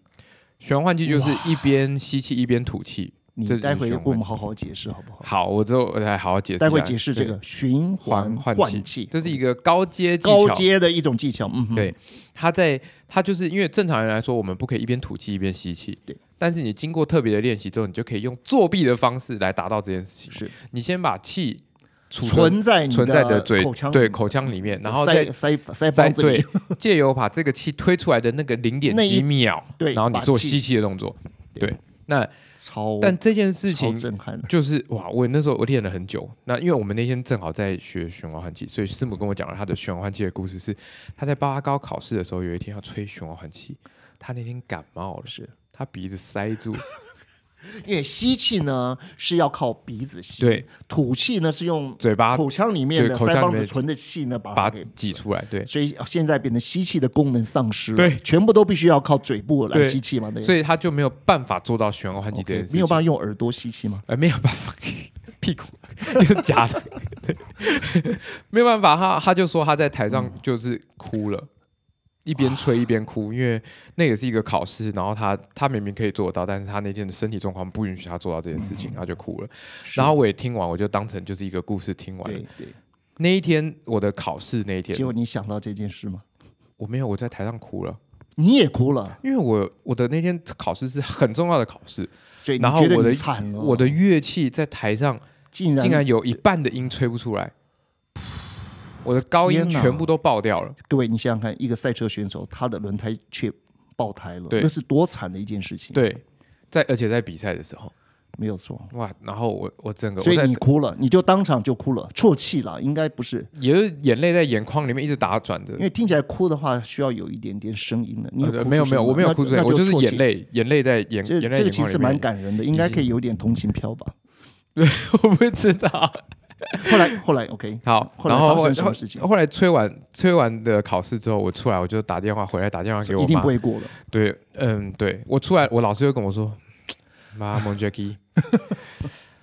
循环换气就是一边吸气一边吐气。
你
这是
待会
循
给
环
我们好好解释好不好？
好，我之后我来好好解释一下，
待会解释这个循
啊对环
环
换
换
气
气，，
这是一个高阶技
高
巧。
阶的一种技巧。嗯哼，
对他在他就是因为正常人来说，我们不可以一边吐气一边吸气。
对。
但是你经过特别的练习之后，你就可以用作弊的方式来达到这件事情。
是
你先把气储存
存在你
存在的嘴
口腔
对口腔里面，然后
塞
再
塞塞包子里
对，借由把这个气推出来的那个零点
那一
几秒，
对，
然后你
把
做
气
吸气的动作。
对
对，那
超
但这件事
超
情
震撼的，
就是哇，我那时候我练了很久。那因为我们那天正好在学循环换气，所以师母跟我讲了她的循环换气的故事是，她在八高考试的时候，有一天要吹循环换气，她那天感冒了，
是
她鼻子塞住，
因为吸气呢是要靠鼻子吸，
对，
吐气呢是用
嘴 巴
口腔里面的
对口
腮
腔里
帮
面的
子存的气呢把
把
它
它
给。
挤出来，对。
所以现在变成吸气的功能丧失了，
对
全部都必须要靠嘴部来
对
吸气嘛，对，
所以她就没有办法做到循环换气这
OK，
件事情，
没有办法用耳朵吸气吗？
呃，没有办法，屁股就是假的，没有办法，他他就说他在台上就是哭
嗯
了，一边吹一边哭，因为那也是一个考试，然后他他明明可以做得到，但是他那天的身体状况不允许他做到这件事
嗯
情，他就哭了。然后我也听完，我就当成就是一个故事听完了
对。对，
那一天我的考试那一天
结，果你想到这件事吗？
我没有我在台上哭了，
你也哭了，
因为我我的那天考试是很重要的考试，
所以你
然后
觉得
我的
你惨了，
我的乐器在台上
竟然
竟然有一半的音吹不出来，我的高音
天哪
全部都爆掉了。
各位，你想想看，一个赛车选手他的轮胎却爆胎了，
对
那是多惨的一件事情，，
对，在而且在比赛的时候，
没有错。
哇！然后我我整个
所
我
以
在
你哭了，你就当场就哭了，啜泣了，应该不是，
也是眼泪在眼眶里面一直打转的
因。为听起来哭的话需要有一点点声音的。你有
呃
哭出
没有没
声
有，
吗
我没有
那
哭出来，
那
我就是
啜泣
眼。泪，眼泪在眼
这
眼泪在
这个
眼
其
眶
实
里
蛮
面。
感人的，应该可以有点同情票吧。
我不知道。
后来后来 OK，
好，
后来
然后
发
后
生什么
来
事情
后来催完催完的考试之后，我出来我就打电话回来打电话给我
一定
妈
不。会过了。
对，嗯，对我出来，我老师就跟我说：“妈蒙 j a c k i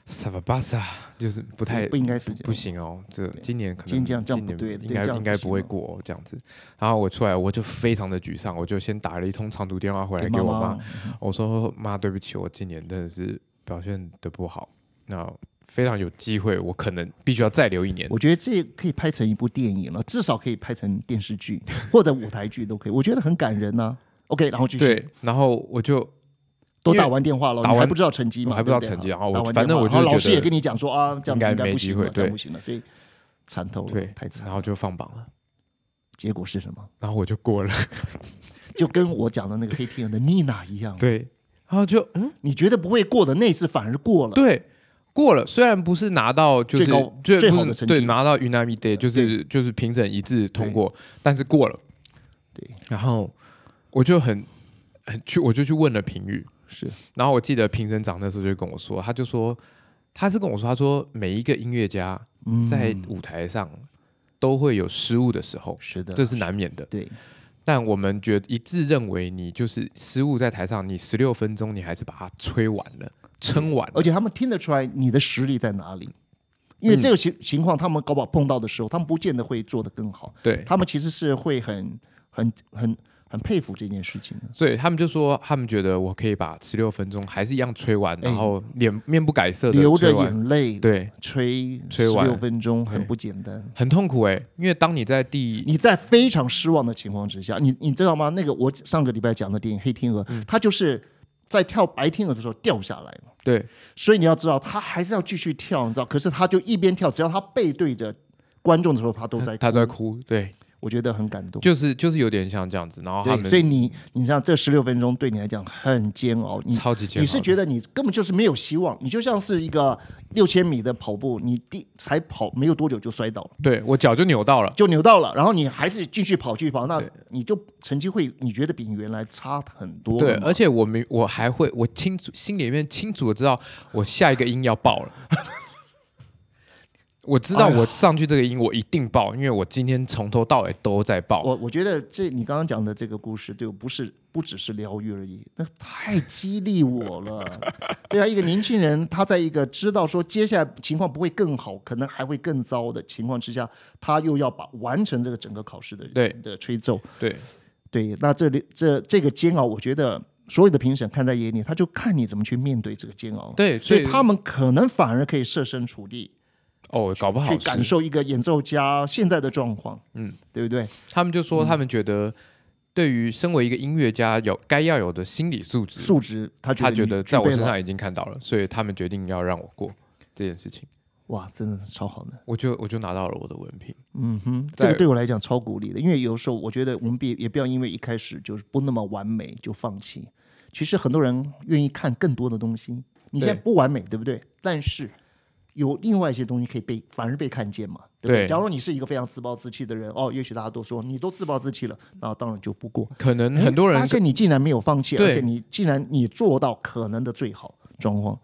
萨巴巴萨，就是不太
不应该是这样
不行哦，这今年可能
今天这样这样
今年
不对
应
对
该
这样
应该
不行
不会
哦
过、哦、这样子。然后我出来，我就非常的沮丧，我就先打了一通长途电话回来
给
给我
妈
妈，，我说：“妈，对不起，我今年真的是表现的不好，那非常有机会，我可能必须要再留一年。
我觉得这可以拍成一部电影了，至少可以拍成电视剧或者舞台剧都可以，我觉得很感人呐。OK，然后”继续。
对，然后我就
都
因为
打完电话了，
打
你还
完
不知道成绩
我
嘛？
还不知道
对对
成绩啊
好
然后我
打
反
完
正
电话
我就是
然后老师
觉得
也跟你讲说啊，这样
应该
应该
没
不
机
行
会
了，这样
对
不行了，所以惨透了，
对
太，惨
然
了。
后就放榜了，
结果是什么？
然后我就过了。
就跟我讲的那个黑天鹅的妮娜一样，
对，然后就嗯。
你觉得不会过的那次反而过了，
对，过了，虽然不是拿到就是
最高
就
最好
不是
的成绩
对拿到 unanimity day 就是就是评审一致通过，但是过了。
对，
然后我就很很去，我就去问了评语，
是
然后我记得评审长那时候就跟我说，他就说他是跟我说，他说每一个音乐家
嗯
在舞台上都会有失误的时候，
是啊的，
这是难免的。
对，
但我们觉得一致认为，你就是失误在台上，你十六分钟你还是把它吹完了，撑完了
而且他们听得出来你的实力在哪里。因为
嗯
这个情情况，他们搞不好碰到的时候，他们不见得会做得更好。
对，
他们其实是会很、很、很、很佩服这件事情的。
所以他们就说，他们觉得我可以把十六分钟还是一样吹完，
哎
然后脸面不改色的
流着
吹完，
眼泪，
对，
吹
吹
十
完
六分钟很
对
不简单。
很痛苦哎、因为当你在第
你在非常失望的情况之下，你你知道吗？那个我上个礼拜讲的电影《黑天鹅》，
嗯
它就是在跳白天鹅的时候掉下来嘛，
对
所以你要知道，它还是要继续跳，你知道？可是它就一边跳，只要它背对着观众的时候，它都在，
嗯他在哭，对，
我觉得很感动。
就是就是有点像这样子，然后他
对，所
们
以你你像这十六分钟对你来讲很煎熬，你
超级煎
你
熬
是
的，
觉得你根本就是没有希望，你就像是一个六千米的跑步，你第才跑没有多久就摔倒了。
对我脚就扭到了，
就扭到了，然后你还是继续跑，继续跑，那你就成绩会你觉得比你原来差很多
对呃
了，嘛。
而且我明我还会我清楚心里面清楚的知道我下一个音要爆了。我知道
哎呀
我上去这个音我一定爆，因为我今天从头到尾都在爆。
我我觉得这你刚刚讲的这个故事，对我不是不只是疗愈而已，那太激励我了。 对啊，一个年轻人他在一个知道说接下来情况不会更好，可能还会更糟的情况之下，他又要把完成这个整个考试的
对
的吹奏，
对
对，那这里这这个煎熬，我觉得所有的评审看在眼里，他就看你怎么去面对这个煎熬。
对，
所
所
以
以
他们可能反而可以设身处地，
哦，搞不好
去
是
感受一个演奏家现在的状况，
嗯，
对不对？
他们就说他们觉得，对于身为一个音乐家有该要有的心理素质，
素质他觉得
他
你
觉得在我
具备
身
了
上已经看到了，所以他们决定要让我过这件事情。
哇，真的是超好的，
我就我就拿到了我的文凭，
嗯哼，
在
这个对我来讲超鼓励的，因为有时候我觉得我们别也不要因为一开始就是不那么完美就放弃，其实很多人愿意看更多的东西。你现在
对
不完美，对不对？但是有另外一些东西可以被反而被看见嘛，对不对？
对
假如你是一个非常自暴自弃的人，哦，也许大家都说你都自暴自弃了，那当然就不过。
可能
哎
很多人
发现你竟然没有放弃，
对
而且你竟然你做到可能的最好状况，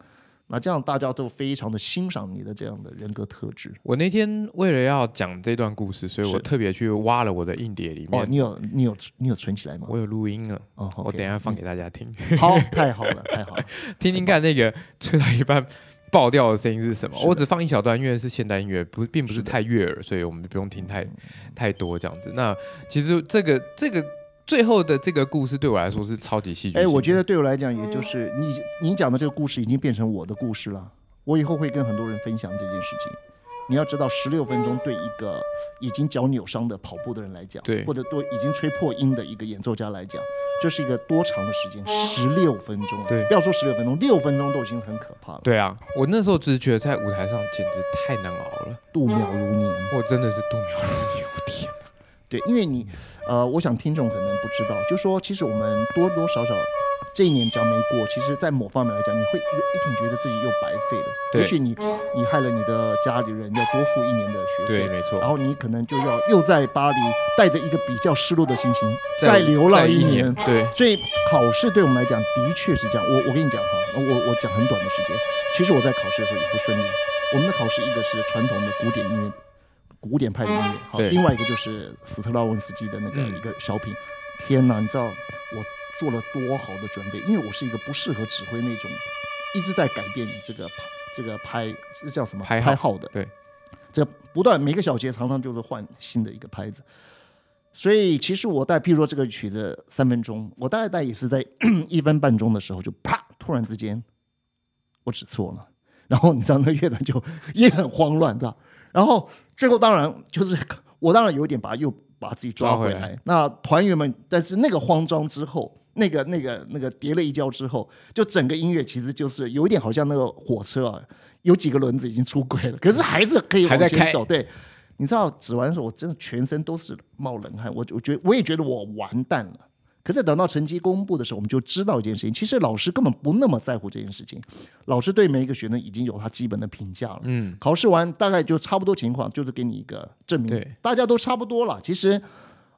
那这样大家都非常的欣赏你的这样的人格特质。
我那天为了要讲这段故事，所以我
是
特别去挖了我的硬碟里
哦，
面，
你有你有你有存起来吗？
我有录音了，
哦
我等一
，OK，
下放给大家听，
好，太好了，太好了，
听听看那个吹到一半爆掉的声音是什么。
是的
我只放一小段，因为是现代音乐，不并不是
是的
太悦耳，所以我们不用听 太
嗯
太多这样子。那其实这个这个最后的这个故事对我来说是超级戏剧性的。
哎，我觉得对我来讲，也就是你你讲的这个故事已经变成我的故事了。我以后会跟很多人分享这件事情。你要知道，十六分钟对一个已经脚扭伤的跑步的人来讲，
对
或者都已经吹破音的一个演奏家来讲，这是一个多长的时间？十六分钟啊，
对
不要说十六分钟，六分钟都已经很可怕了，
对啊，我那时候只是觉得在舞台上简直太难熬了，
度秒如年。
我真的是度秒如年，我天！
对，因为你，呃，我想听众可能不知道，就说其实我们多多少少这一年只要没过，其实在某方面来讲，你会有一挺觉得自己又白费了。
对
也许你你害了你的家里人要多付一年的学
对，
费，
没
然
错，
后你可能就要又在巴黎带着一个比较失落的心情
在
再流浪
在一
年。
对，
所以考试对我们来讲的确是这样。我我跟你讲哈，我我讲很短的时间。其实我在考试的时候也不顺利。我们的考试一个是传统的古典音乐，古典派的音乐，
嗯
好，
对
另外一个就是斯特拉文斯基的那个
嗯
一个小品。天哪，你知道我做了多好的准备？因为我是一个不适合指挥那种一直在改变这个这个拍这叫什么
拍号
拍号的，
对，
这不断每个小节常常就是换新的一个拍子。所以其实我带，譬如说这个曲子三分钟，我大概带也是在 一分半钟的时候，就啪，突然之间我指错了，然后你知道那乐团就也很慌乱，知道？然后最后当然就是我当然有一点把又把自己抓回来。
抓回
那团员们，但是那个慌张之后。那个、那个、那个跌了一跤之后，就整个音乐其实就是有一点好像那个火车啊，有几个轮子已经出轨了，可是还是可以
还
往
在
前
开
走。对，你知道指完的时候，我真的全身都是冒冷汗，我我觉得我也觉得我完蛋了。可是等到成绩公布的时候，我们就知道一件事情，其实老师根本不那么在乎这件事情，老师对每一个学生已经有他基本的评价了。
嗯，
考试完大概就差不多情况，就是给你一个证明，
对，
大家都差不多了。其实，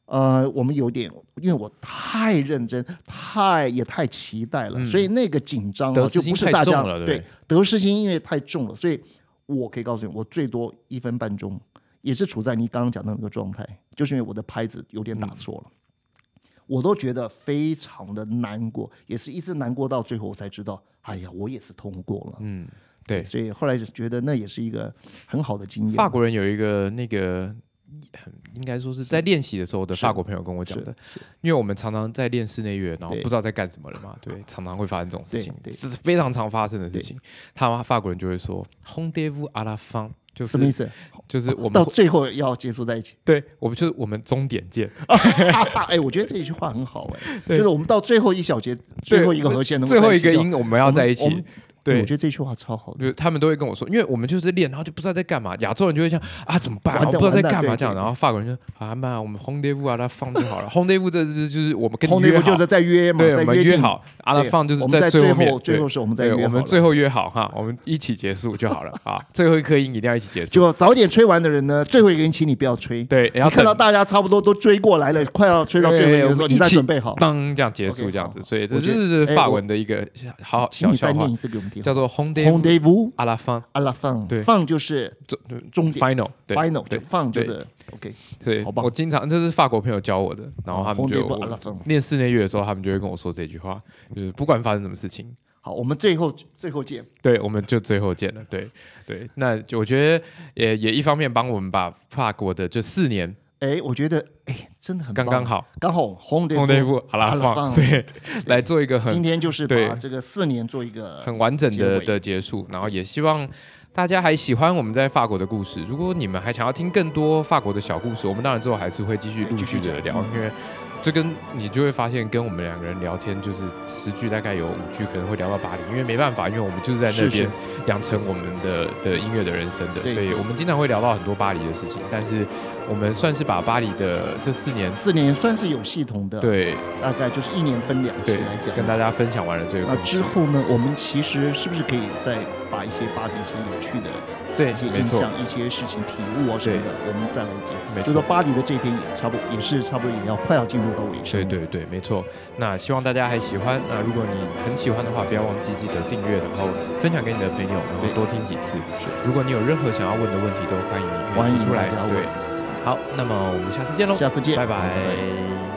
呃，我们有点，因为我太认真，太也太期待了，
嗯
所以那个紧张啊，
得
就
失心
不是
太
大家
重了对
对得失心因为太重了，所以我可以告诉你，我最多一分半钟，也是处在你刚刚讲的那个状态，就是因为我的拍子有点打
嗯
错了。我都觉得非常的难过，也是一直难过到最后，我才知道，哎呀，我也是通过了。
嗯，对。
所以后来就觉得那也是一个很好的经验。
法国人有一个那个，应该说是在练习的时候的
是
法国朋友跟我讲的，因为我们常常在练室内乐，然后
对
不知道在干什么了嘛，对，常常会发生这种事情，
对对
这是非常常发生的事情。他们法国人就会说 “rendezvous à la fin”，就
什么意
是
思？
就是我
到
们
最后要结束在一起。
对我们就是我们终点见，
哎，我觉得这一句话很好哎，就是我们到最后一小节，最后一个和弦能够
最后
在
一
起
个
就好，
音我们要在一
我
起
们，哎
对
我。觉得这句话超好的。
就是他们都会跟我说，因为我们就是练，然后就不知道在干嘛。亚洲人就会像啊怎么办、啊？
完
我
蛋
不知道在干嘛
完蛋对
这样。
对
然后法国人就啊妈，我们 rendezvous 啊，他放就好了。rendezvous 这是就是我们跟
后
你
面
约
不
好
就是在约嘛，
对，
在
我们
约
约
定。
好，阿拉
对
放就是
我们在
最
最
面
后，最后
对
是我们在
对，
约
我
好
们
了
最后约好哈，我们一起结束就好了 啊，最后一颗音一定要一起结
结
束。
果早点吹完的人呢，最后一个人请你不要吹。
对，然
你
后
看到
等
大家差不多都追过来了，快要吹到最后一个人的
对
时
我
候，
们一
你
起
再准备好，
当这样结束
OK，
这样子，
好
所以这
我
就
觉得
是
哎
法
我
文的一个小好
请
小
你再
笑话
念一，次给我们听。
叫做 h o n d e
Rendezvous
à la fin
à la fin，
对
放就是终点
，final 对
final，
对
就放就
对
是 OK。
所以
好哦棒
我经常这是法国朋友教我的，然后他们就
Rendezvous à la fin
练室内乐的时候，他们就会跟我说这句话，就是不管发生什么事情，
好，我们最后最后见。
对，我们就最后见了。对对，那就我觉得也也一方面帮我们把法国的这四年
哎，我觉得哎，真的很棒
刚刚，好，
刚好红队
用那部阿拉
阿拉
放
放
对 来做一个很
今天就是
对
把这个四年做一个
很完整的
结尾
的结束，然后也希望。大家还喜欢我们在法国的故事？如果你们还想要听更多法国的小故事，我们当然之后还是会继续
对
陆
继续
续的
讲
聊，
嗯
因为这跟你就会发现，跟我们两个人聊天，就是十句大概有五句可能会聊到巴黎，因为没办法，因为我们就是在那
是
边
是
养成我们的的音乐的人生的，
对
所以我们经常会聊到很多巴黎的事情，但是我们算是把巴黎的这四年，
四年，算是有系统的，，
对
大概就是一年分两期
对
来，讲。
跟大家分享完了这个
那
故事
之，后呢，我们其实是不是可以再把一些巴黎一些有趣的
对
一些，
没
印
错，
象、一些事情、体悟啊什么的，我们再来讲。
没
就
错
说。巴黎的这篇也差不多，也是差不多也要快要进入到尾声
对
了。
对对，没错。那希望大家还喜欢。那如果你很喜欢的话，不要忘记记得订阅，然后分享给你的朋友，然后
对
多听几次。
是
如果你有任何想要问的问题，都欢迎你可
欢
以
迎
提出
大
来。
家问
对，好，那么我们下次见喽，
下次见，
拜拜